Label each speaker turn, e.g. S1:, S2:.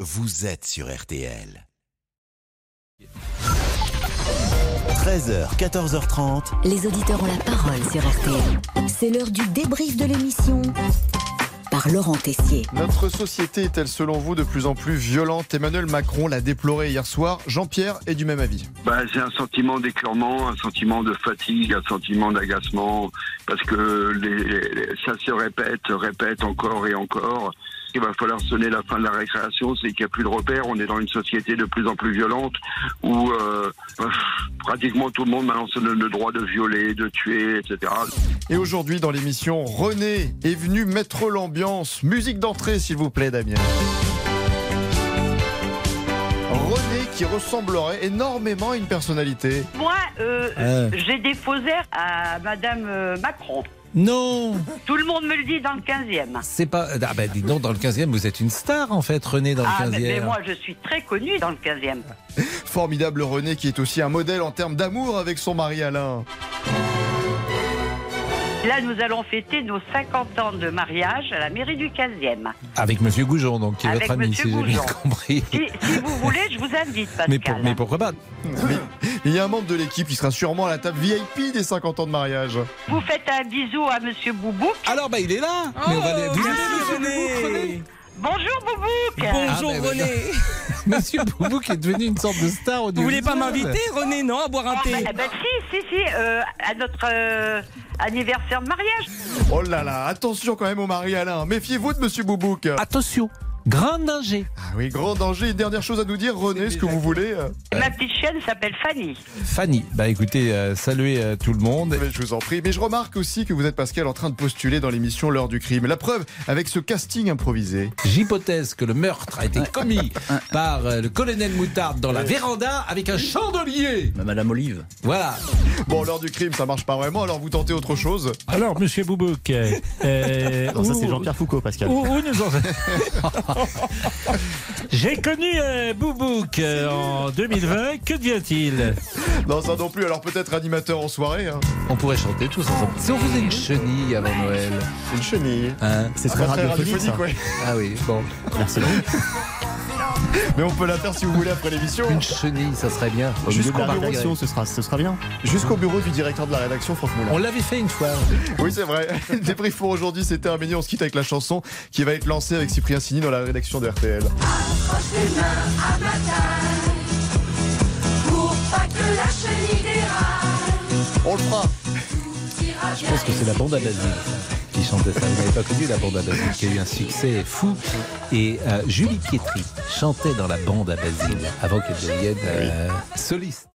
S1: vous êtes sur RTL. 13h, 14h30.
S2: Les auditeurs ont la parole sur RTL. C'est l'heure du débrief de l'émission par Laurent Tessier.
S3: Notre société est-elle selon vous de plus en plus violente Emmanuel Macron l'a déploré hier soir. Jean-Pierre est du même avis.
S4: Bah, c'est un sentiment d'éclairement, un sentiment de fatigue, un sentiment d'agacement, parce que les- les- ça se répète, répète encore et encore. Il va falloir sonner la fin de la récréation, c'est qu'il n'y a plus de repères. On est dans une société de plus en plus violente où euh, pff, pratiquement tout le monde maintenant se donne le droit de violer, de tuer, etc.
S3: Et aujourd'hui dans l'émission, René est venu mettre l'ambiance. Musique d'entrée s'il vous plaît Damien. René qui ressemblerait énormément à une personnalité.
S5: Moi, euh,
S6: Euh.
S5: j'ai déposé à Madame euh, Macron.
S6: Non,
S5: Tout le monde me le dit dans le 15e.
S6: c'est pas. Ah bah dis donc, dans le 15e, vous êtes une star en fait, René, dans le
S5: Ah, mais,
S6: 15e.
S5: mais moi, je suis très connue dans le 15e.
S3: Formidable René qui est aussi un modèle en termes d'amour avec son mari Alain.
S5: Là, nous allons fêter nos 50 ans de mariage à la mairie du 15e.
S6: Avec Monsieur Goujon, donc, qui est
S5: Avec
S6: votre ami,
S5: Monsieur
S6: si j'ai bien
S5: Goujon.
S6: compris.
S5: Si, si vous voulez, je vous invite, Pascal.
S6: Mais, pour- mais pourquoi pas
S3: Il y a un membre de l'équipe qui sera sûrement à la table VIP des 50 ans de mariage.
S5: Vous faites un bisou à Monsieur Boubouk.
S6: Alors, bah, il est là mais on va
S7: Oh
S6: aller- Vous
S7: Ah,
S6: êtes Monsieur Boubouk, René
S5: Bonjour, Boubouk
S7: Bonjour
S6: Ah, bah,
S7: René.
S6: Monsieur Boubouk est devenu une sorte de star au
S7: Vous voulez pas m'inviter René non à boire un
S5: Ah,
S7: thé
S6: ben,
S5: bah, bah, si, si, si, euh, à notre euh, anniversaire de mariage.
S3: Oh là là, attention quand même au mari Alain. Méfiez-vous de Monsieur Boubouk.
S6: Attention, grand danger.
S3: Ah oui, grand danger. Une dernière chose à nous dire, René, ce que vous voulez. euh,
S5: Ma petite chienne s'appelle Fanny.
S6: Fanny, bah écoutez, euh, saluez euh, tout le monde.
S3: mais je vous en prie. Mais je remarque aussi que vous êtes, Pascal, en train de postuler dans l'émission L'heure du crime. La preuve, avec ce casting improvisé.
S6: J'hypothèse que le meurtre a été commis par euh, le colonel Moutarde dans la véranda avec un chandelier.
S8: Madame Olive.
S6: Voilà.
S3: Bon, L'heure du crime, ça marche pas vraiment, alors vous tentez autre chose.
S9: Alors, monsieur Boubouk, euh, euh,
S8: Non, ça
S9: où-
S8: c'est Jean-Pierre Foucault, Pascal.
S9: où- où nous en- J'ai connu euh, Boubouk euh, en 2020. Que devient-il
S3: Non, ça non plus, alors peut-être animateur en soirée. hein.
S6: On pourrait chanter tous ensemble. Si on faisait une chenille avant Noël.
S3: C'est une chenille.
S6: Hein
S8: C'est
S3: Pas
S8: très
S3: très
S8: radiophonique. ça.
S3: radiophonique, ouais.
S6: ah oui, bon.
S8: Merci. Laurent.
S3: Mais on peut la faire si vous voulez après l'émission.
S6: Une chenille, ça serait bien. Au milieu de
S8: Jusqu'au
S6: la
S8: bureau,
S6: partie.
S8: d'action, ce sera, ce sera bien.
S3: Jusqu'au bureau du directeur de la rédaction, Franck Moulin.
S6: On l'avait fait une fois.
S3: Oui, c'est vrai. Le débrief pour aujourd'hui, c'est terminé. On se quitte avec la chanson qui va être lancée avec Cyprien Sini dans la rédaction de RTL. On le fera.
S6: Je pense que c'est la bande à Basile qui chantait ça. Vous n'avez pas connu la bande à Basile qui a eu un succès fou. Et Ah euh, Julie Pietri chantait dans la bande à Basile avant qu'elle devienne euh, soliste.